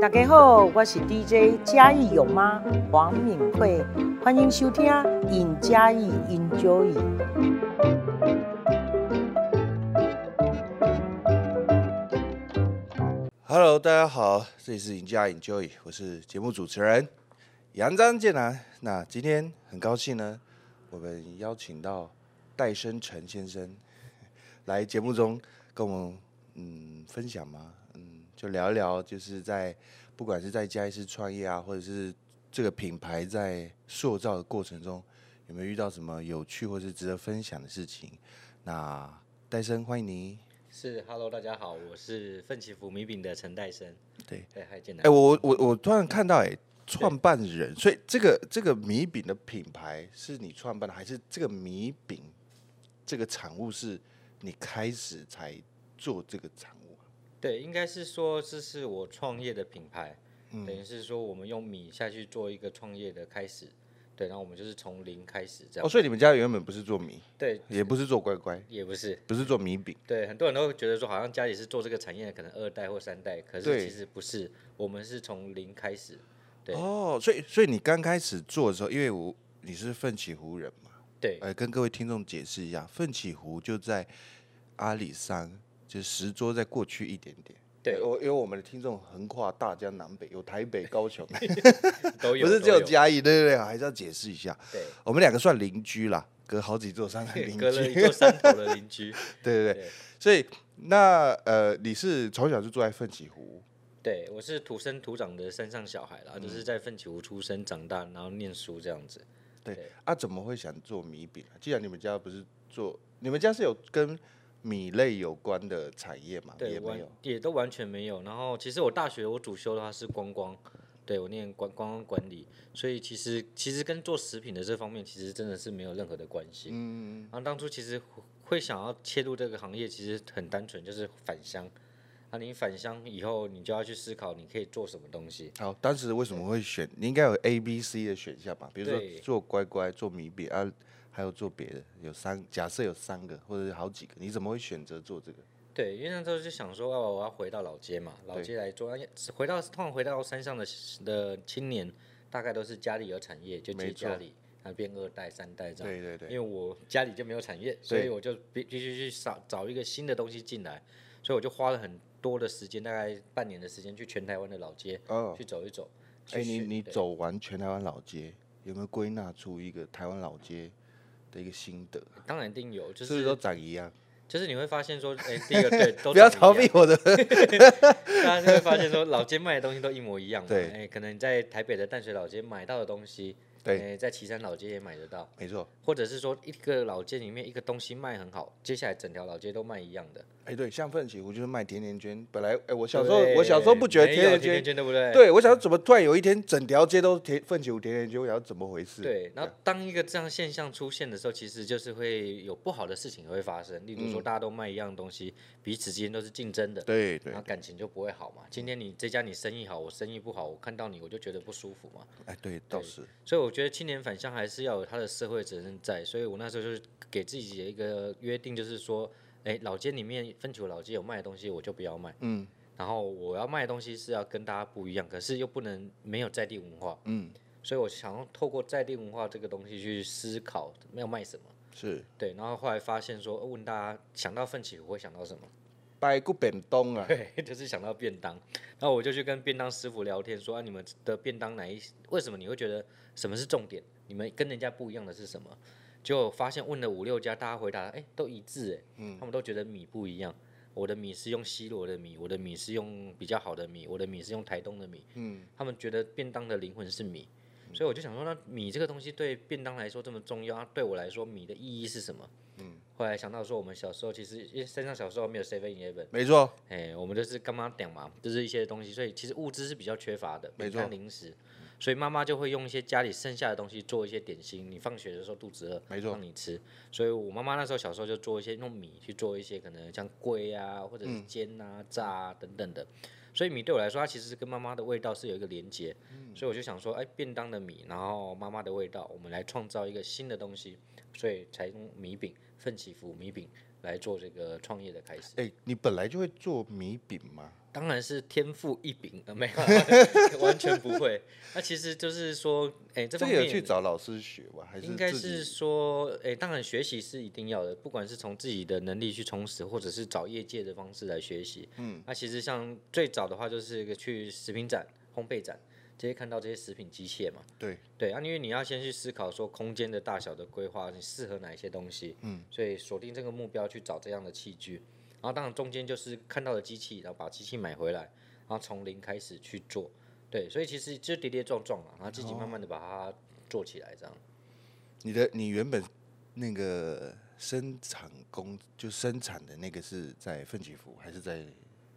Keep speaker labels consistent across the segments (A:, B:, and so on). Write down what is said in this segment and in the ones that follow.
A: 大家好，我是 DJ 嘉义有妈黄敏慧，欢迎收听《尹嘉义 Enjoy》。
B: Hello，大家好，这里是赢家 Enjoy，我是节目主持人杨张建南。那今天很高兴呢，我们邀请到戴生成先生来节目中跟我们嗯分享嘛，嗯，就聊一聊，就是在不管是在嘉义市创业啊，或者是这个品牌在塑造的过程中，有没有遇到什么有趣或是值得分享的事情？那戴生，欢迎你。
C: 是，Hello，大家好，我是奋起福米饼的陈代生。
B: 对，
C: 对，嗨，建南。
B: 哎、我我我突然看到、哎，创办人，所以这个这个米饼的品牌是你创办的，还是这个米饼这个产物是你开始才做这个产物啊？
C: 对，应该是说这是我创业的品牌，
B: 嗯
C: 等于是说我们用米下去做一个创业的开始。对，然后我们就是从零开始这样。
B: 哦，所以你们家原本不是做米，
C: 对，
B: 也不是做乖乖，
C: 也不是。
B: 不是做米饼，
C: 对，很多人都会觉得说，好像家里是做这个产业的，可能二代或三代，可
B: 对
C: 是其实不是，我们是从零开始。对
B: 哦，所以所以你刚开始做的时候，因为我你是奋起湖人嘛，
C: 对，
B: 呃，跟各位听众解释一下，奋起湖就在阿里山，就是石桌再过去一点点。
C: 对
B: 我因为我们的听众横跨大江南北，有台北、高雄，
C: 都 有。
B: 不是
C: 都
B: 只有嘉义，对对对，还是要解释一下，
C: 对，
B: 我们两个算邻居啦，隔好几座山的邻
C: 隔了一
B: 居，
C: 座山头的邻居。
B: 对对对
C: 对，
B: 所以那呃，你是从小就住在奋起湖，
C: 对，我是土生土长的山上小孩啦，
B: 嗯
C: 就是在奋起湖出生长大，然后念书这样子。
B: 对
C: 对
B: 啊，怎么会想做米饼啊？既然你们家不是做，你们家是有跟米类有关的产业嘛？啊
C: 对，
B: 也
C: 完
B: 没有，
C: 也都完全没有。然后其实我大学我主修的话是观光，对我念观观光管理，所以其实其实跟做食品的这方面其实真的是没有任何的关系。
B: 嗯，
C: 然后当初其实会想要切入这个行业，其实很单纯，就是返乡。那、你返乡以后，你就要去思考你可以做什么东西。
B: 好，当时为什么会选？你应该有 A、B、C 的选项吧？比如
C: 对
B: 说做乖乖、做米饼啊，还有做别的，有三，假设有三个或者是好几个，你怎么会选择做这个？
C: 对，因为那时候就想说，哦，我要回到老街嘛，老
B: 对
C: 街来做。哎回到通常回到山上的的青年，大概都是家里有产业，就
B: 没
C: 接
B: 错
C: 家里，那变二代、三代这样。
B: 对对对
C: 因为我家里就没有产业，所
B: 对
C: 以我就必必须去找找一个新的东西进来，所以我就花了很多的时间，大概半年的时间去全台湾的老街、
B: 哦，
C: 去走一走。
B: 哎、
C: 去
B: 你
C: 学
B: 你
C: 对
B: 走完全台湾老街，有没有归纳出一个台湾老街的一个心得？
C: 当然一定有，就是
B: 不是都长一样？
C: 就是你会发现说， 哎，第一个对，都
B: 不要
C: 长一
B: 逃
C: 样
B: 避 我的。
C: 大家就会发现说，老街卖的东西都一模一样嘛。
B: 对
C: 哎、可能你在台北的淡水老街买到的东西，
B: 对
C: 哎在旗山老街也买得到，
B: 没错，
C: 或者是说一个老街里面一个东西卖很好，接下来整条老街都卖一样的。
B: 哎、对，像奋起湖就是卖甜甜圈，本来哎、我小时候我小时候
C: 对
B: 不觉得
C: 没
B: 甜
C: 有
B: 甜
C: 甜
B: 圈。
C: 圈，对不对？
B: 对，我想怎么突然有一天整条街都甜奋起湖甜甜圈，我想怎么回事？
C: 对，然后当一个这样现象出现的时候，其实就是会有不好的事情也会发生，例如说大家都卖一样的东西，彼此之间都是竞争的，
B: 嗯对对
C: 然后，感情就不会好嘛。今天你这家你生意好，我生意不好，我看到你我就觉得不舒服嘛。
B: 哎、对，倒是
C: 所以我觉得青年返乡还是要有他的社会责任在，所以我那时候就是给自己的一个约定，就是说，哎，老街里面分球老街有卖的东西，我就不要卖。
B: 嗯。
C: 然后我要卖的东西是要跟大家不一样，可是又不能没有在地文化，
B: 嗯，
C: 所以我想要透过在地文化这个东西去思考要卖什么。
B: 是
C: 对，然后后来发现说，呃问大家想到奋起湖会想到什么？
B: 白骨本东啊，
C: 对， 就是想到便当，然后我就去跟便当师傅聊天，说、啊、你们的便当哪一？为什么你会觉得什么是重点？你们跟人家不一样的是什么？就发现问了五六家，大家回答哎都一致哎，他们都觉得米不一样。我的米是用西罗的米，我的米是用比较好的米，我的米是用台东的米。
B: 嗯，
C: 他们觉得便当的灵魂是米，所以我就想说，那米这个东西对便当来说这么重要，啊、对我来说米的意义是什么？嗯，后来想到说，我们小时候其实因为山上小时候没有 Seven Eleven，
B: 没错，
C: 哎、我们就是干妈点嘛，就是一些东西，所以其实物资是比较缺乏的，
B: 没
C: 饼
B: 错
C: 干、零食，所以妈妈就会用一些家里剩下的东西做一些点心。你放学的时候肚子饿，
B: 没错
C: 让你吃。所以我妈妈那时候小时候就做一些用米去做一些可能像龟啊，或者是
B: 嗯
C: 煎啊、炸啊等等的。所以米对我来说，它其实跟妈妈的味道是有一个连接，
B: 嗯
C: 所以我就想说，哎、便当的米，然后妈妈的味道，我们来创造一个新的东西，所以才用米饼、奋起福米饼来做这个创业的开始。
B: 哎、你本来就会做米饼吗？
C: 当然是天赋异禀，呃，没有， 完全不会。那其实就是说，哎、这
B: 这
C: 方
B: 个
C: 面
B: 有去找老师学吗？还是
C: 应该
B: 自己
C: 是说，诶、当然学习是一定要的，不管是从自己的能力去充实，或者是找业界的方式来学习。嗯，那其实像最早的话，就是一个去食品展、烘焙展，直接看到这些食品机械嘛。
B: 对
C: 对啊，因为你要先去思考说空间的大小的规划，你适合哪一些东西，嗯，所以锁定这个目标去找这样的器具，然后当然中间就是看到的机器，然后把机器买回来，然后从零开始去做，对，所以其实就跌跌撞撞嘛，然后自己慢慢的把它做起来，这样。
B: 你的你原本那个生产工就生产的那个是在奋起湖还是在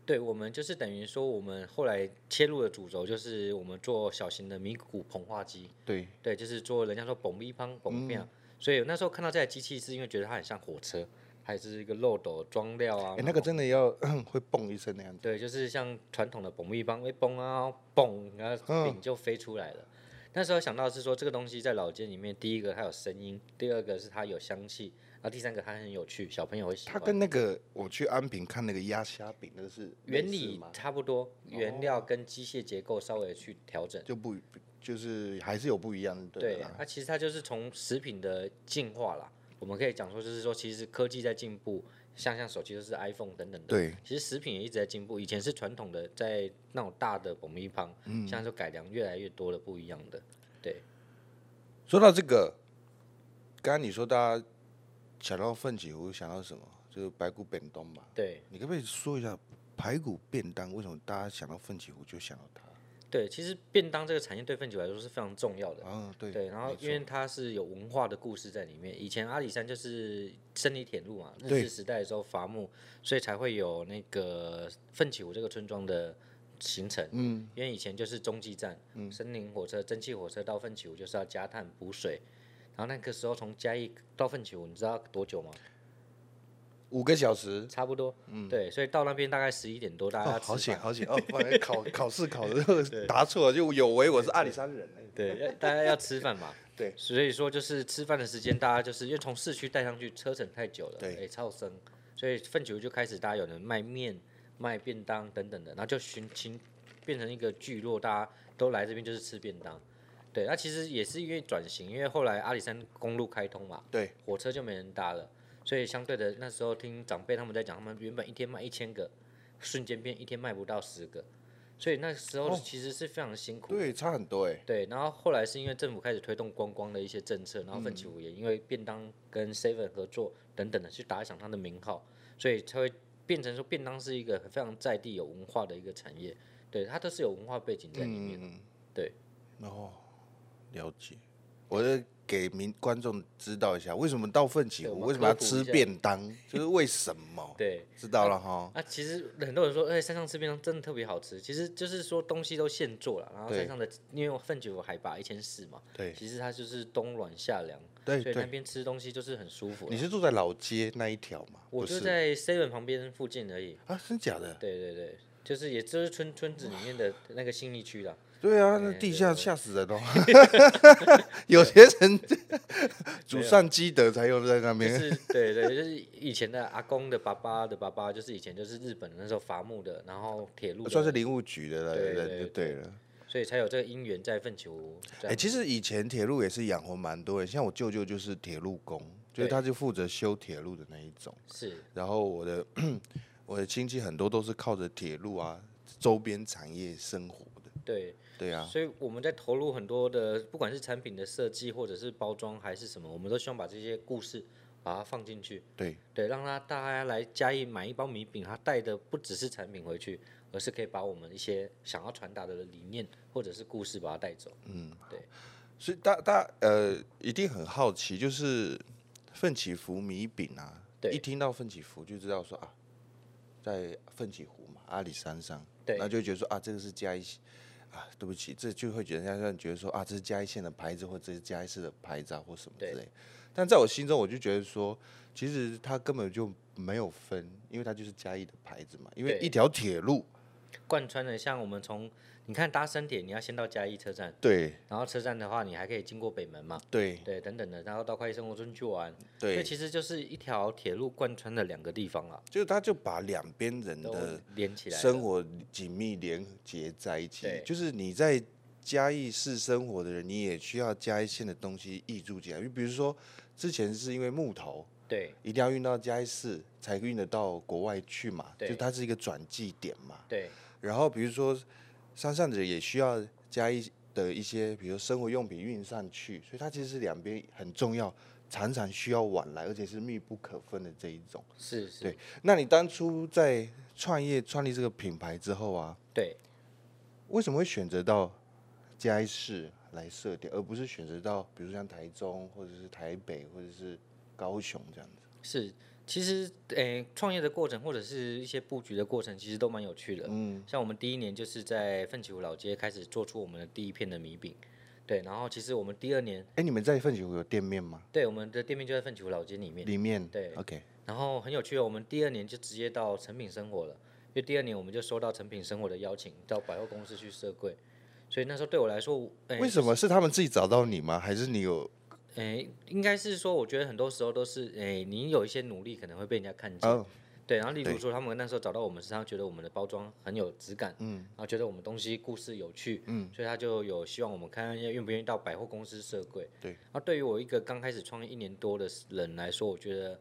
C: 对，我们就是等于说，我们后来切入的主轴就是我们做小型的米谷膨化机，
B: 对
C: 对，就是做人家说嘣一乓嘣
B: 嗯
C: 变，所以那时候看到这台机器是因为觉得它很像火车，还是一个漏斗装料啊
B: 哎、，
C: 然
B: 那个
C: 后
B: 真的要 会蹦一声那样子。
C: 对，就是像传统的嘣一乓，会嘣啊嘣，然后饼就飞出来了。那时候想到的是说，这个东西在老街里面，第一个它有声音，第二个是它有香气，然后第三个它很有趣，小朋友会喜
B: 它
C: 欢。
B: 跟那个我去安平看那个鸭虾饼，那个是类
C: 原
B: 似
C: 理
B: 吗？
C: 差不多，原料跟机械结构稍微去调整。
B: 就不就是还是有不一样的
C: 对，
B: 啦
C: 那、其实它就是从食品的进化啦，我们可以讲说，就是说，其实科技在进步，像像手机就是 iPhone 等等的。
B: 对，
C: 其实食品也一直在进步，以前是传统的在那种大的我们一旁，
B: 嗯
C: 现在就改良越来越多了，不一样的。对，
B: 说到这个，刚刚你说大家想到奋起湖想到什么？就是排骨便当嘛。
C: 对，
B: 你可不可以说一下排骨便当为什么大家想到奋起湖就想到它？
C: 对，其实便当这个产业对分子来说是非常重要的。
B: 啊，对
C: 对，然后
B: 没
C: 因为它是有文化的故事在里面。以前阿里山就是生理铁路嘛，日
B: 对
C: 治时代的时候伐木，所以才会有那个奋起湖这个村庄的形成。嗯，因为以前就是中继站，
B: 嗯
C: 森林火车、蒸汽火车到奋起湖就是要加碳补水。然后那个时候从嘉义到奋起湖，你知道多久吗？
B: 五个小时。
C: 差不多，嗯，对，所以到那边大概十一点多，大家
B: 哦
C: 要，吃
B: 好 险
C: 饭
B: 好险哦！不然考考试考的答错了，就有违我是阿里山人哎。
C: 对，要 大家要吃饭嘛。
B: 对
C: 所以说就是吃饭的时间，大家就是因为从市区带上去车程太久了，
B: 对
C: 哎，超生，所以粪球就开始大家有人卖面、卖便当等等的，然后就寻亲变成一个聚落，大家都来这边就是吃便当。对，那其实也是因为转型，因为后来阿里山公路开通嘛，
B: 对，
C: 火车就没人搭了，所以相对的那时候听长辈他们在讲，他们原本一天卖一千个，瞬间变一天卖不到十个，所以那时候其实是非常辛苦的。
B: 对，差很多哎。
C: 对，然后后来是因为政府开始推动观光的一些政策，然后奋起湖也因为便当跟 Seven 合作等等的去打响它的名号，所以才会变成说便当是一个非常在地有文化的一个产业，对，它都是有文化背景在里
B: 嗯
C: 面的。对，
B: 哦，了解。我是给民观众知道一下，为什么到奋起
C: 对我
B: 湖，
C: 们
B: 为什么要
C: 科普一
B: 吃
C: 下
B: 便当， 就是为什么？
C: 对。
B: 知道了哈。
C: 那、其实很多人说，哎、山上吃便当真的特别好吃。其实就是说东西都现做了，然后
B: 对
C: 山上的因为奋起湖海拔一千四嘛，
B: 对
C: 其实它就是冬暖夏凉，
B: 对
C: 所以那
B: 对，
C: 边吃东西就是很舒服啦。
B: 你是住在老街那一条吗？
C: 我
B: 不
C: 就是在 Seven 旁边附近而已，
B: 啊，真假的？
C: 对对对，就是也就是村村子里面的那个信义区 啦。
B: 对啊，那
C: 对
B: 地
C: 对
B: 下
C: 对
B: 吓死人哦！ 有些 人祖上积德才有在那
C: 就
B: 边。
C: 是对对，就是以前的阿公的爸爸的爸爸，就是以前就是日本的那时候伐木的，然后铁路的
B: 算是林务局的了，
C: 对
B: 人
C: 对
B: 就对了。
C: 所以才有这个因缘在粪球。
B: 哎、
C: 哎、
B: 其实以前铁路也是养活蛮多人，像我舅舅就是铁路工，就是
C: 对
B: 他就负责修铁路的那一种。
C: 是
B: 然后我的 我的亲戚很多都是靠着铁路啊周边产业生活的。
C: 对，
B: 对啊，
C: 所以我们在投入很多的，不管是产品的设计，或者是包装，还是什么，我们都希望把这些故事把它放进去，
B: 对，
C: 对，让他大家来嘉义买一包米饼，他带的不只是产品回去，而是可以把我们一些想要传达的理念或者是故事把它带走。
B: 嗯所以大大呃一定很好奇，就是奋起湖米饼啊，
C: 对
B: 一听到奋起湖就知道说啊，在奋起湖嘛，阿里山上，
C: 对
B: 那就会觉得说啊，这个是嘉义县啊，对不起，这就会觉得人家觉得说啊，这是嘉义县的牌子，或者这是嘉义市的牌子啊，或什么之
C: 对
B: 类。但在我心中，我就觉得说，其实它根本就没有分，因为它就是嘉义的牌子嘛，因为
C: 对
B: 一条铁路，
C: 贯穿了像我们从你看搭深铁，你要先到嘉义车站，
B: 对
C: 然后车站的话，你还可以经过北门嘛，
B: 对
C: 对，等等的，然后到快意生活村去玩，所以
B: 对，
C: 其实就是一条铁路贯穿的两个地方啦，啊
B: 就是他就把两边人
C: 都
B: 的
C: 连起来了。
B: 生活紧密连结在一起
C: 对，
B: 就是你在嘉义市生活的人，你也需要嘉义县的东西挹注进来。就比如说，之前是因为木头
C: 对
B: 一定要运到嘉义市才运得到国外去嘛，
C: 对
B: 就它是一个转寄点嘛。
C: 对
B: 然后比如说，山上的人也需要嘉义的一些，比如生活用品运上去，所以它其实是两边很重要，常常需要往来，而且是密不可分的这一种。
C: 是是，
B: 对那你当初在创业创立这个品牌之后啊，
C: 对
B: 为什么会选择到嘉义市来设点，而不是选择到比如像台中或者是台北或者是高雄这样子？
C: 是。其实，诶、创业的过程或者是一些布局的过程，其实都蛮有趣的。
B: 嗯，
C: 像我们第一年就是在奋起湖老街开始做出我们的第一片的米饼，对，然后其实我们第二年，
B: 哎，你们在奋起湖有店面吗？
C: 对，我们的店面就在奋起湖老街里面，
B: 里面
C: 对
B: ，OK，
C: 然后很有趣哦，我们第二年就直接到成品生活了，因为第二年我们就收到成品生活的邀请，到百货公司去设柜，所以那时候对我来说，哎、
B: 为什么是他们自己找到你吗？还是你有
C: 哎、应该是说，我觉得很多时候都是，哎、你有一些努力可能会被人家看见，
B: 哦，
C: 对，然后例如
B: 对
C: 说他们那时候找到我们是他觉得我们的包装很有质感，
B: 嗯
C: 然后觉得我们东西故事有趣，
B: 嗯，
C: 所以他就有希望我们看看愿不愿意到百货公司设柜。
B: 对，
C: 那对于我一个刚开始创业一年多的人来说，我觉得，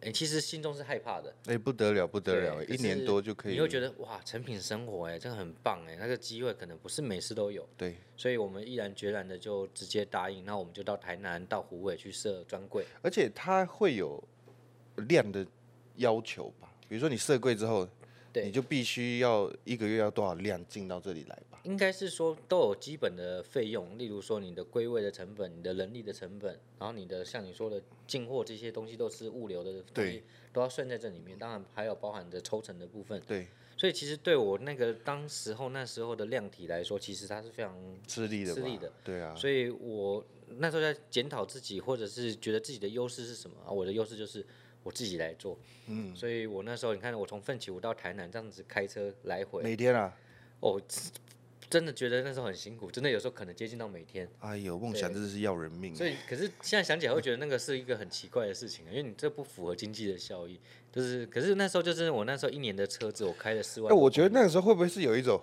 C: 诶，其实心中是害怕的。
B: 哎，不得了，不得
C: 对
B: 了，
C: 可
B: 一年
C: 是
B: 多就可以，
C: 你会觉得哇，成品生活哎、这个很棒哎、那个机会可能不是每次都有，
B: 对，
C: 所以我们毅然决然的就直接答应，那我们就到台南、到湖尾去设专柜。
B: 而且它会有量的要求吧？比如说你设柜之后，
C: 对
B: 你就必须要一个月要多少量进到这里来吧？
C: 应该是说都有基本的费用，例如说你的归位的成本、你的人力的成本，然后你的像你说的进货这些东西都是物流的东西，
B: 对，
C: 都要算在这里面。当然还有包含着抽成的部分，
B: 对，
C: 所以其实对我那个当时候那时候的量体来说，其实它是非常，
B: 吃力的吧，
C: 吃力的
B: 对啊，
C: 所以我那时候在检讨自己，或者是觉得自己的优势是什么啊？我的优势就是我自己来做，
B: 嗯，
C: 所以我那时候你看我从奋起湖到台南这样子开车来回，
B: 每天啊，
C: 哦，真的觉得那时候很辛苦，真的有时候可能接近到每天。
B: 哎呦，梦想
C: 对
B: 真的是要人命啊，
C: 所以，可是现在想起来会觉得那个是一个很奇怪的事情，因为你这不符合经济的效益。就是，可是那时候就是我那时候一年的车子，我开了四
B: 哎、
C: 万多公里。
B: 我觉得那个时候会不会是有一种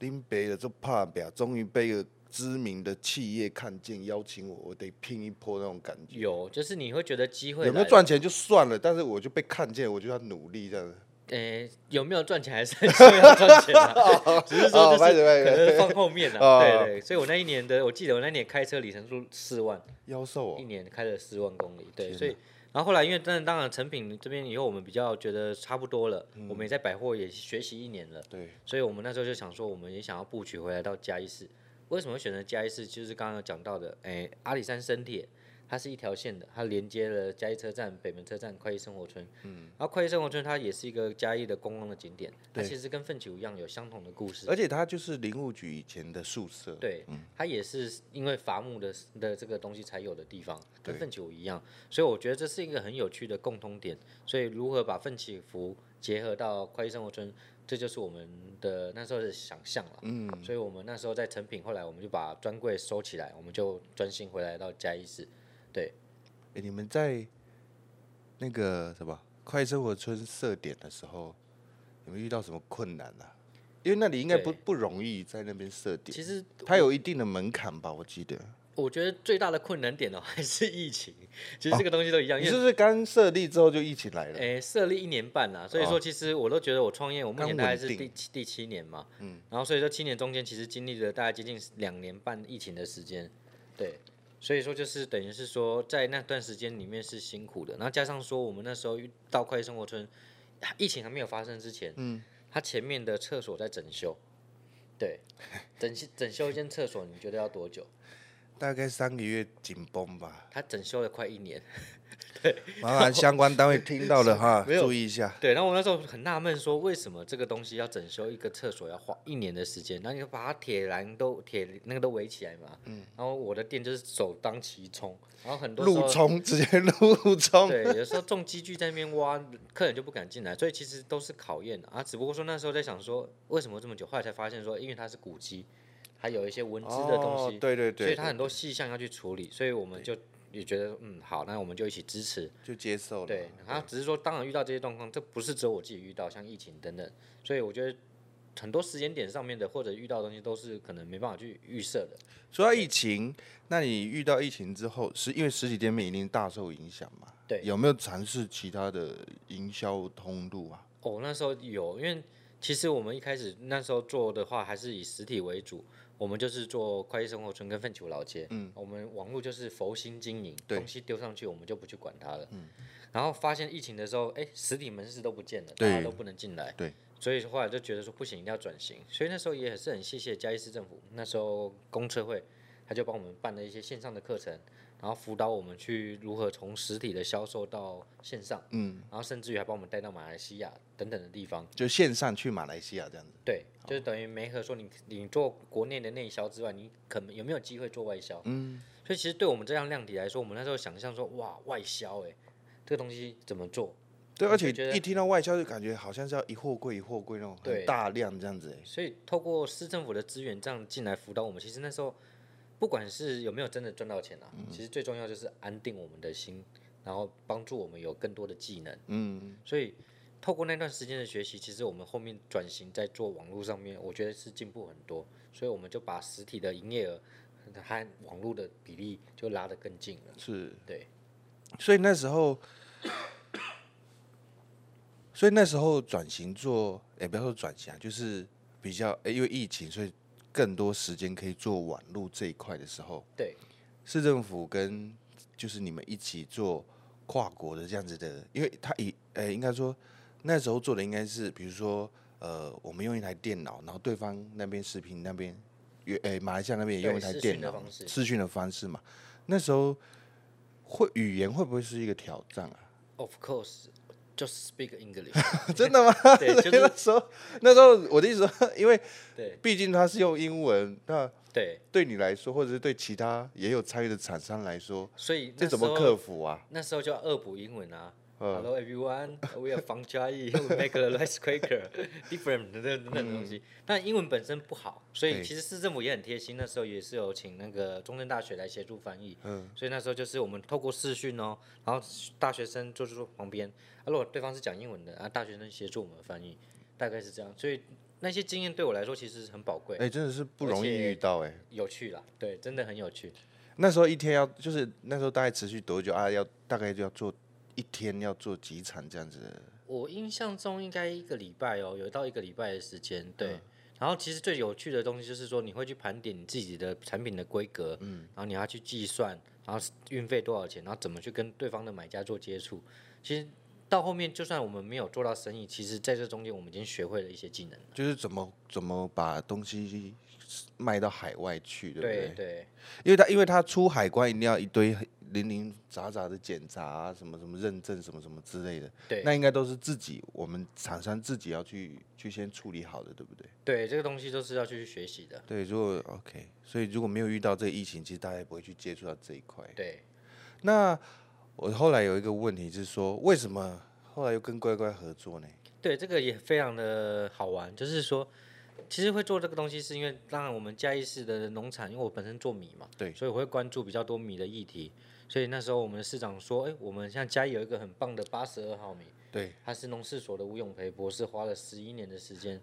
B: 林北的就怕表，终于被一个知名的企业看见，邀请我，我得拼一波那种感觉。
C: 有，就是你会觉得机会
B: 有没有
C: 来了？
B: 赚钱就算了，但是我就被看见，我就要努力这样子。
C: 呃，有没有赚钱还是很重要赚 钱啊，只是
B: 哦
C: 说就
B: 拍
C: 是
B: 着拍着
C: 可能放后面啊。
B: 哦
C: 对对，所以我那一年的，我记得我那年开车里程数四万，
B: 妖兽
C: 一
B: 哦，
C: 年开了四万公里，对，
B: 天
C: 所以然后后来因为当然当然成品这边以后我们比较觉得差不多了，
B: 嗯
C: 我们也在百货也学习一年了，
B: 对，
C: 所以我们那时候就想说我们也想要布局回来到嘉义市。为什么会选择嘉义市？就是刚刚有讲到的，哎，阿里山深铁。它是一条线的，它连接了嘉义车站、北门车站、快意生活村。嗯，然后快意生活村它也是一个嘉义的观光的景点，它
B: 对
C: 其实跟奋起湖一样有相同的故事。
B: 而且它就是林务局以前的嗯宿舍。，
C: 对，它也是因为伐木的的这个东西才有的地方，跟
B: 对
C: 奋起湖一样，所以我觉得这是一个很有趣的共通点。所以如何把奋起湖结合到快意生活村，这就是我们的那时候的想象了。
B: 嗯，
C: 所以我们那时候在成品，后来我们就把专柜收起来，我们就专心回来到嘉义市。对，
B: 哎你们在那个什么快生活村设点的时候，你们遇到什么困难啊？因为那里应该不
C: 对
B: 不容易在那边设点，
C: 其实
B: 它有一定的门槛吧，我记得。
C: 我觉得最大的困难点哦、还是疫情。其
B: 哦
C: 实这个东西都一样，
B: 你
C: 因
B: 是
C: 为
B: 不是刚设立之后就一起来了？
C: 诶，设立一年半啦，所以
B: 哦
C: 说其实我都觉得我创业，我目
B: 刚
C: 前大概
B: 稳
C: 是
B: 定
C: 第七第七年嘛，
B: 嗯
C: 嗯，然后所以说七年中间其实经历了大概接近两年半疫情的时间，对，所以说就是等于是说在那段时间里面是辛苦的，然后加上说我们那时候遇到快生活村，疫情还没有发生之前，
B: 嗯
C: 嗯，它前面的厕所在整修，对，整修整修一间厕所，你觉得要多久？
B: 大概三个月紧绷吧。
C: 他整修了快一年，
B: 麻烦相关单位听到了哈，
C: 没有
B: 注意一下。
C: 对，然后我那时候很纳闷，说为什么这个东西要整修一个厕所要花一年的时间？那你就把它铁栏都铁那个都围起来嘛。嗯。然后我的店就是首当其冲，然后很多时
B: 路
C: 候
B: 冲，直接路冲。
C: 对，有时候重机具在那边挖，客人就不敢进来，所以其实都是考验的啊。只不过说那时候在想说，为什么这么久？后来才发现说，因为它是古迹，还有一些文字的东西，
B: 哦、对对对，
C: 所以它很
B: 多
C: 多细项要去处理，所以我们就也觉得嗯好，那我们就一起支持。
B: 就接受了。
C: 对，然后只是说，当然遇到这些状况，这不是只有我自己遇到，像疫情等等，所以我觉得很多时间点上面的或者遇到的东西都是可能没办法去预设的。
B: 说到疫情，那你遇到疫情之后，是因为实体店面一定大受影响嘛？
C: 对
B: 有没有尝试其他的营销通路啊？
C: 哦，那时候有，因为其实我们一开始那时候做的话，还是以实体为主，我们就是做快意生活村跟奋起湖老街。嗯，我们网络就是佛心经营，
B: 对
C: 东西丢上去我们就不去管它了。嗯，然后发现疫情的时候，哎，实体门市都不见了，大家
B: 对
C: 都不能进来。
B: 对。
C: 所以后来就觉得说不行，一定要转型。所以那时候也是很谢谢嘉义市政府，那时候公车会他就帮我们办了一些线上的课程，然后辅导我们去如何从实体的销售到线上。
B: 嗯，
C: 然后甚至于还帮我们带到马来西亚等等的地方。
B: 就线上去马来西亚这样子。
C: 对，就是等于梅和说你你做国内的内销之外，你可能有没有机会做外销？
B: 嗯，
C: 所以其实对我们这样量体来说，我们那时候想象说，哇，外销哎、这个东西怎么做？
B: 对，
C: 我
B: 而
C: 就
B: 且
C: 觉得
B: 一听到外销就感觉好像是要一货柜一货柜那种
C: 对
B: 很大量这样子欸。
C: 所以透过市政府的资源这样进来辅导我们，其实那时候不管是有没有真的赚到钱啊，
B: 嗯
C: 其实最重要就是安定我们的心，然后帮助我们有更多的技能。
B: 嗯，
C: 所以透过那段时间的学习，其实我们后面转型在做网络上面，我觉得是进步很多。所以我们就把实体的营业额和网络的比例就拉得更近了。
B: 是。
C: 对，
B: 所以那时候， 所以那时候转型做，也、不要说转型啊，就是比较、诶因为疫情，所以更多时间可以做网络这一块的时候，
C: 对，
B: 市政府跟就是你们一起做跨国的这样子的，因为他以呃、应该说那时候做的应该是，比如说呃，我们用一台电脑，然后对方那边视频那边，也呃、马来西亚那边也
C: 对
B: 用一台
C: 视
B: 电
C: 讯的
B: 脑
C: 方式
B: 视讯的方式嘛，那时候会语言会不会是一个挑战 啊？
C: ，of course。就是 speak English，
B: 真的吗？
C: 对，就
B: 那
C: 是
B: 时候那时候我的意思说，因为
C: 对
B: 毕竟他是用英文，那
C: 对，
B: 对你来说，或者是对其他也有参与的厂商来说，
C: 所以
B: 这
C: 那
B: 怎
C: 时
B: 么
C: 候
B: 克服啊？
C: 那时候就要恶补英文啊。
B: 嗯
C: Hello everyone, we are from Chai, we make a rice cracker, different 等等等等的东西。但英文本身不好，所
B: 嗯
C: 以
B: 对
C: 其实市政府也很贴心，那时候也是有请那个中正大学来协助翻译。
B: 嗯，
C: 所以那时候就是我们透过视讯哦，然后大学生就是坐旁边，啊，如果对方是讲英文的，啊，大学生协助我们翻译，大概是这样。所以那些经验对我来说其实很宝贵
B: 哎、，真的是不容易
C: 而且
B: 遇到哎、
C: 有趣啦，对，真的很有趣。
B: 那时候一天要就是那时候大概持续多久啊？要大概就要做一天要做几场这样子的？
C: 我印象中应该一个礼拜哦，有到一个礼拜的时间，对。
B: 嗯
C: 然后其实最有趣的东西就是说，你会去盘点你自己的产品的规格，嗯，然后你要去计算，然后运费多少钱，然后怎么去跟对方的买家做接触。其实到后面，就算我们没有做到生意，其实在这中间我们已经学会了一些技能了。
B: 就是怎么怎么把东西卖到海外去，对不对？
C: 对对
B: 因为他因为他出海关一定要一堆零零杂杂的检查、啊、什么什么认证什么什么之类的，
C: 对
B: 那应该都是自己我们厂商自己要去去先处理好的，对不对？
C: 对，这个东西都是要去学习的。
B: 对，如果 OK，所以如果没有遇到这个疫情，其实大家也不会去接触到这一块。
C: 对，
B: 那我后来有一个问题是说，为什么后来又跟乖乖合作呢？
C: 对，这个也非常的好玩，就是说，其实会做这个东西，是因为当然我们嘉义市的农产，因为我本身做米嘛，
B: 对
C: 所以我会关注比较多米的议题。所以那时候我们的市长说，哎，我们像嘉义有一个很棒的八十二号米，
B: 对，
C: 他是农事所的吴永培博士，花了十一年的时间，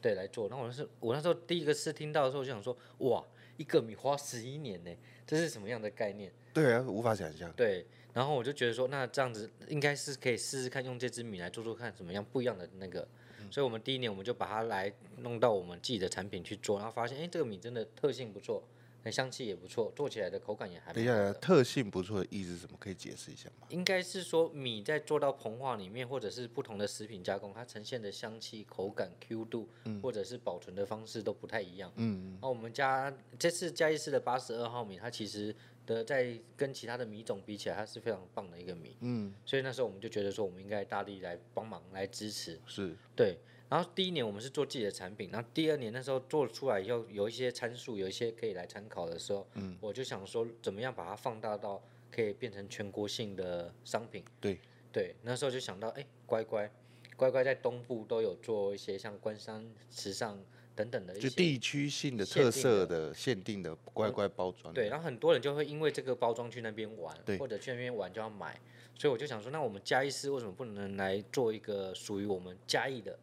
C: 对来做。那我是我那时候第一个次听到的时候，我就想说，哇，一个米花十一年呢，这是什么样的概念？
B: 对啊，无法想象。
C: 对，然后我就觉得说，那这样子应该是可以试试看用这支米来做做看怎么样不一样的那个。
B: 嗯
C: 所以我们第一年我们就把它来弄到我们自己的产品去做，然后发现哎，诶这个米真的特性不错，很香气也不错，做起来的口感也还
B: 等一
C: 蛮
B: 下
C: 好
B: 等一下，
C: 的。
B: 特性不错的意思是什么？可以解释一下吗？
C: 应该是说米在做到膨化里面，或者是不同的食品加工，它呈现的香气、口感、Q 度，或者是保存的方式都不太一样。
B: 嗯，
C: 那我们家这次嘉义市的八十二号米，它其实的在跟其他的米种比起来，它是非常棒的一个米。
B: 嗯，
C: 所以那时候我们就觉得说，我们应该大力来帮忙来支持。
B: 是，
C: 对，然后第一年我们是做自己的产品，然后第二年那时候做出来以后，有一些参数，有一些可以来参考的时候，嗯，我就想说，怎么样把它放大到可以变成全国性的商品。
B: 对，
C: 对，那时候就想到，哎、乖乖，乖乖在东部都有做一些像关山、时尚等等的一些
B: 就地区性的
C: 限
B: 特
C: 定嗯
B: 色的限定的乖乖包装。
C: 对，，然后很多人就会因为这个包装去那边玩
B: 对，
C: 或者去那边玩就要买，所以我就想说，那我们嘉义市为什么不能来做一个属于我们嘉义的？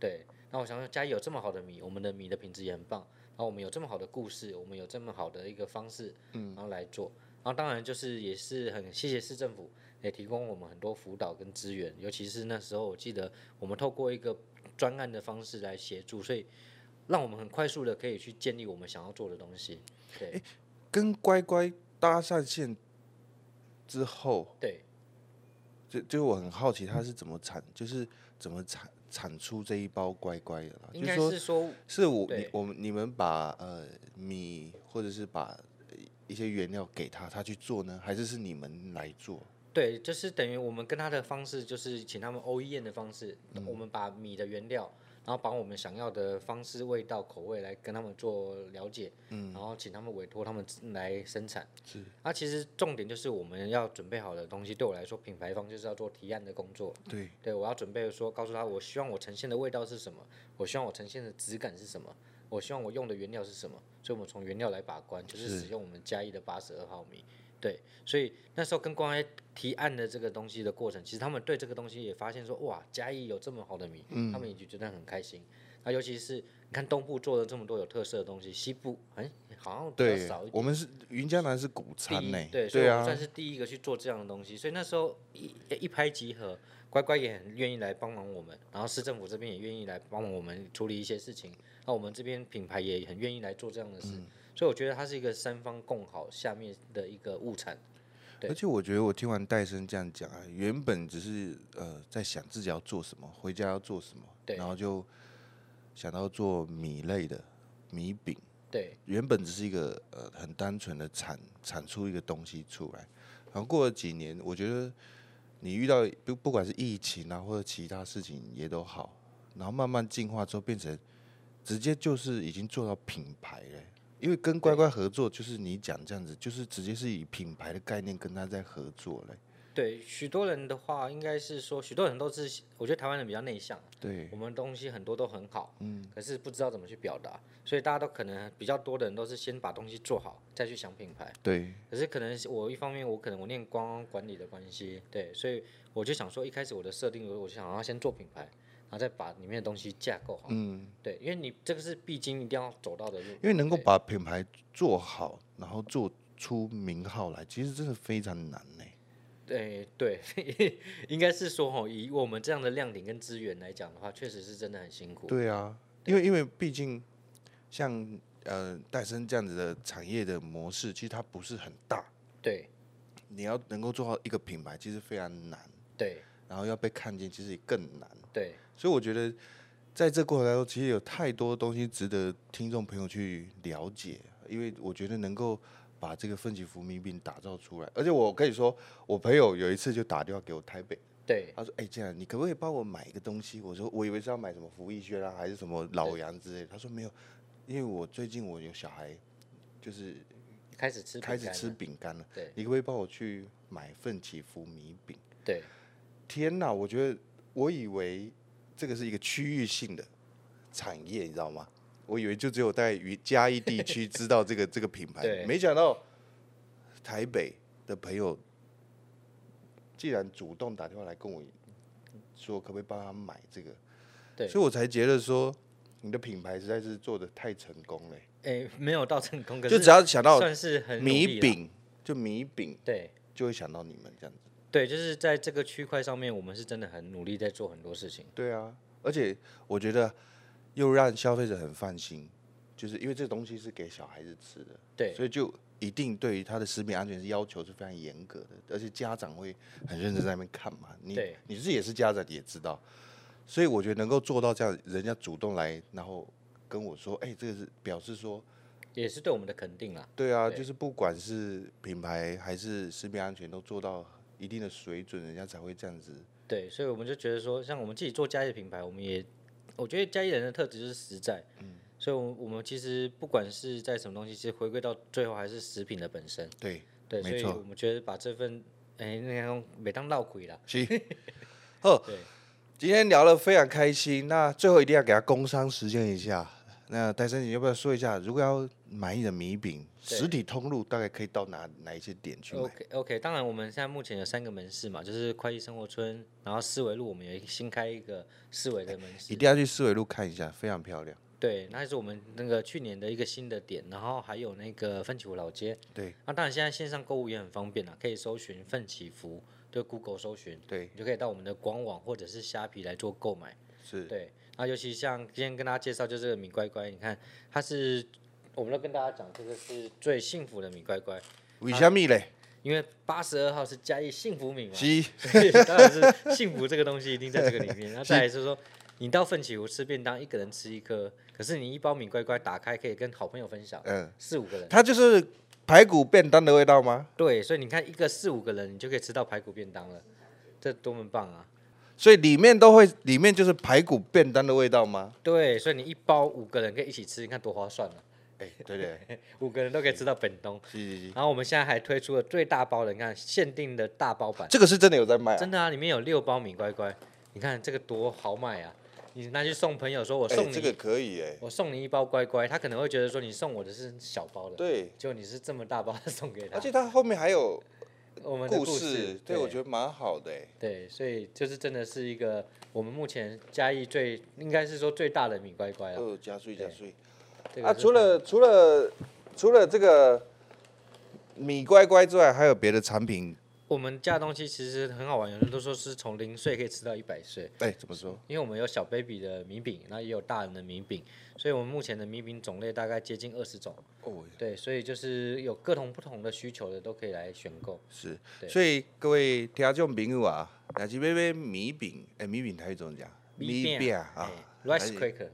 C: 对，那我想说嘉义有这么好的米，我们的米的品质也很棒，然后我们有这么好的故事，我们有这么好的一个方式，嗯，然后来做，然后当然就是也是很谢谢市政府也提供我们很多辅导跟资源，尤其是那时候我记得我们透过一个专案的方式来协助，所以让我们很快速的可以去建立我们想要做的东西，对。
B: 跟乖乖搭上线之后，
C: 对，
B: 就就我很好奇它是怎么产，就是怎么产产出这一包乖乖的啦。
C: 应
B: 就是
C: 该
B: 说
C: 是说，
B: 是我你
C: 对
B: 我们你们把呃米或者是把呃一些原料给他，他去做呢，还是是你们来做？
C: 对，就是等于我们跟他的方式，就是请他们 OEM 的方式，
B: 嗯
C: 我们把米的原料，然后把我们想要的方式、味道、口味来跟他们做了解，嗯，然后请他们委托他们自来生产。
B: 是，
C: 那、其实重点就是我们要准备好的东西，对我来说，品牌方就是要做提案的工作，
B: 对，
C: 对我要准备说，告诉他我希望我呈现的味道是什么，我希望我呈现的质感是什么，我希望我用的原料是什么，所以我们从原料来把关，就是
B: 是
C: 使用我们嘉义的八十二毫米。对，所以那时候跟光辉提案的这个东西的过程，其实他们对这个东西也发现说，哇，嘉义有这么好的米，他们也就觉得很开心。那尤其是你看东部做了这么多有特色的东西，西部哎好像比较
B: 对
C: 少一，点。
B: 我们是云嘉南是谷
C: 第
B: 餐
C: 一
B: 呢、
C: 对，所以
B: 对
C: 我们
B: 啊
C: 算，是第一个去做这样的东西，所以那时候一一拍即合，乖乖也很愿意来帮忙我们，然后市政府这边也愿意来帮忙我们处理一些事情，那我们这边品牌也很愿意来做这样的事，
B: 嗯
C: 所以我觉得它是一个三方共好下面的一个物产，对
B: 而且我觉得我听完戴森这样讲啊，原本只是呃在想自己要做什么，回家要做什么，
C: 对
B: 然后就想到做米类的米饼。
C: 对
B: 原本只是一个呃很单纯的产产出一个东西出来，然后过了几年，我觉得你遇到不不管是疫情啊或者其他事情也都好，然后慢慢进化之后变成直接就是已经做到品牌了。因为跟乖乖合作，就是你讲这样子，就是直接是以品牌的概念跟他在合作嘞。
C: 对，许多人的话应该是说，许多人都是我觉得台湾人比较内向，
B: 对
C: 我，们东西很多都很好，嗯，可是不知道怎么去表达，所以大家都可能比较多的人都是先把东西做好，再去想品牌。
B: 对，
C: 可是可能是我一方面我可能我念观光管理的关系，对，所以我就想说一开始我的设定，我我想要先做品牌，然后再把里面的东西架构好，
B: 嗯，
C: 对，因为你这个是必经一定要走到的路，
B: 因为能够
C: 对
B: 把品牌做好，然后做出名号来，其实真的非常难呢。
C: 对对， 应该是说吼，以我们这样的亮点跟资源来讲的话，确实是真的很辛苦，
B: 对啊，因为因为毕竟像呃戴森这样子的产业的模式，其实它不是很大，
C: 对
B: 你要能够做好一个品牌，其实非常难，
C: 对
B: 然后要被看见，其实也更难。
C: 对
B: 所以我觉得在这过程当中，其实有太多东西值得听众朋友去了解，因为我觉得能够。把这个奋起伏迷病打造出来，而且我跟你说，我朋友有一次就打电话给我台北，
C: 对
B: 他说：“哎、这样你可不可以帮我买一个东西？”我说：“我以为是要买什么福逸轩啊，还是什么老杨之类的。”他说：“没有，因为我最近我有小孩，就是
C: 开始吃
B: 开
C: 饼
B: 始
C: 干
B: 吃
C: 了
B: 饼干了。
C: 对
B: 你可不可以帮我去买份祈福米饼
C: 对？”
B: 天哪，我觉得我以为这个是一个区域性的产业，你知道吗？我以为就只有在于嘉义地区知道这 个这个品牌，
C: 对
B: 没想到台北的朋友既然主动打电话来跟我说，可不可以帮他买这个？
C: 对，
B: 所以我才觉得说，你的品牌实在是做的太成功了欸、
C: 哎没有到成功，可
B: 就是只要想到
C: 算是很努
B: 米
C: 力啦，
B: 饼，就米饼
C: 对。
B: 就会想到你们这样子。
C: 对，就是在这个区块上面，我们是真的很努力在做很多事情。
B: 对啊，而且我觉得又让消费者很放心，就是因为这个东西是给小孩子吃的，
C: 对
B: 所以就一定对于它的食品安全是要求是非常严格的，而且家长会很认真在那边看嘛。你
C: 对
B: 你自己也是家长，你也知道，所以我觉得能够做到这样，人家主动来，然后跟我说，哎、这个是表示说，
C: 也是对我们的肯定啦。
B: 对啊，
C: 对
B: 就是不管是品牌还是食品安全都做到一定的水准，人家才会这样子。
C: 对，所以我们就觉得说，像我们自己做家业品牌，我们也，我觉得家业人的特质就是实在，嗯，所以我们我们其实不管是在什么东西，其实回归到最后还是食品的本身，
B: 对，
C: 对，所
B: 没
C: 以
B: 错
C: 我们觉得把这份，哎，那样每当闹鬼啦，
B: 行，呵，
C: 对，
B: 今天聊得非常开心，那最后一定要给他工商实践一下。那戴森，你要不要说一下，如果要买你的米饼，
C: 对
B: 实体通路大概可以到哪哪一些点去买
C: OK OK，当然我们现在目前有三个门市嘛，就是快意生活村，然后思维路我们有一个新开一个思维的门市
B: 一，定要去四维路看一下，非常漂亮。
C: 对，那是我们那个去年的一个新的点，然后还有那个奋起湖老街，
B: 对
C: 那当然现在线上购物也很方便啊啦，可以搜寻奋起湖，对 Google 搜寻，
B: 对，
C: 你就可以到我们的官网或者是虾皮来做购买，
B: 是，
C: 对，那尤其像今天跟大家介绍就是这个米乖乖，你看它是我们都跟大家讲这个是最幸福的米乖乖，
B: 为什么嘞？
C: 因为八十二号是嘉义幸福米嘛。
B: 是，
C: 所以当然是幸福这个东西一定在这个里 面。然后再来是说，你到奋起湖吃便当，一个人吃一颗，可是你一包米乖乖打开，可以跟好朋友分享，
B: 嗯，
C: 四五个人。
B: 它就是排骨便当的味道吗？
C: 对，所以你看一个四五个人，你就可以吃到排骨便当了，这多么棒啊！
B: 所以里面都会，里面就是排骨便当的味道吗？
C: 对，所以你一包五个人可以一起吃，你看多划算啊！
B: 哎、对对，
C: 五个人都可以吃到本东。
B: 是是是，
C: 然后我们现在还推出了最大包的，你看限定的大包版，
B: 这个是真的有在卖、啊，
C: 真的啊，里面有六包米乖乖，你看这个多好买啊！你拿去送朋友，说我
B: 哎
C: 送你
B: 这个可以哎、
C: 我送你一包乖乖，他可能会觉得说你送我的是小包的，，
B: 对，
C: 就你是这么大包送给他，
B: 而且它后面还有
C: 我们的
B: 故
C: 事，
B: 事，对我觉
C: 得
B: 得蛮好的哎、
C: 对，所以就是真的是一个我们目前嘉义最应该是说最大的米乖乖了。
B: 哦，加税加
C: 哎对
B: 税。
C: 这个
B: 啊，
C: 是
B: 除了除了除了这个米乖乖之外，还有别的产品？
C: 我们家的东西其实很好玩，有人都说是从零岁可以吃到一百岁，
B: 哎、怎么说？
C: 因为我们有小 baby 的米饼，然后也有大人的米饼，所以我们目前的米饼种类大概接近二十种，
B: 哦，
C: 对，所以就是有各种不同的需求的都可以来选购。
B: 是，
C: 对
B: 所以各位听众朋友啊，那是要买米饼，哎、米饼台语怎么讲？
C: 饼
B: 啊
C: 哎，rice cracker，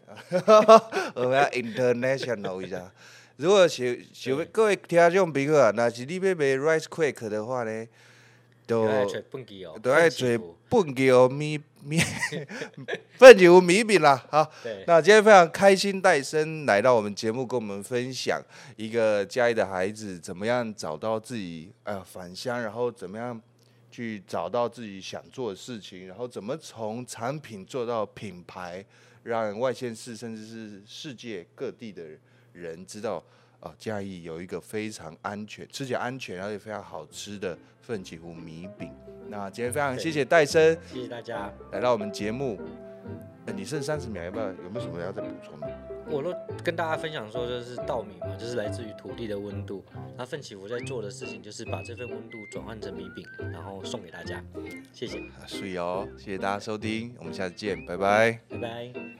B: 我们要 international 一下。 如果想想要各位听众朋友啊，那是你要买 rice cake 的话呢，
C: 都
B: 就
C: 爱吹蹦极哦，
B: 就爱
C: 奋起
B: 做
C: 湖
B: 笨球米米 笨球米饼啦，好。
C: 对。
B: 那今天非常开心，戴森来到我们节目，跟我们分享一个家里的孩子怎么样找到自己呃返乡，然后怎么样去找到自己想做的事情，然后怎么从产品做到品牌，让外县市甚至是世界各地的人知道。啊，嘉义有一个非常安全、吃起来安全，而且非常好吃的奋起湖米饼。那今天非常谢谢戴森，
C: 谢谢大家。
B: 来到我们节目。呃你剩三十秒，要不要？有没有什么要再补充的？啊
C: 我都跟大家分享说，就是稻米嘛，就是来自于土地的温度。那奋起福在做的事情，就是把这份温度转换成米饼，然后送给大家。谢谢，
B: 啊，睡哦，谢谢大家收听，我们下次见，拜拜。
C: 拜拜。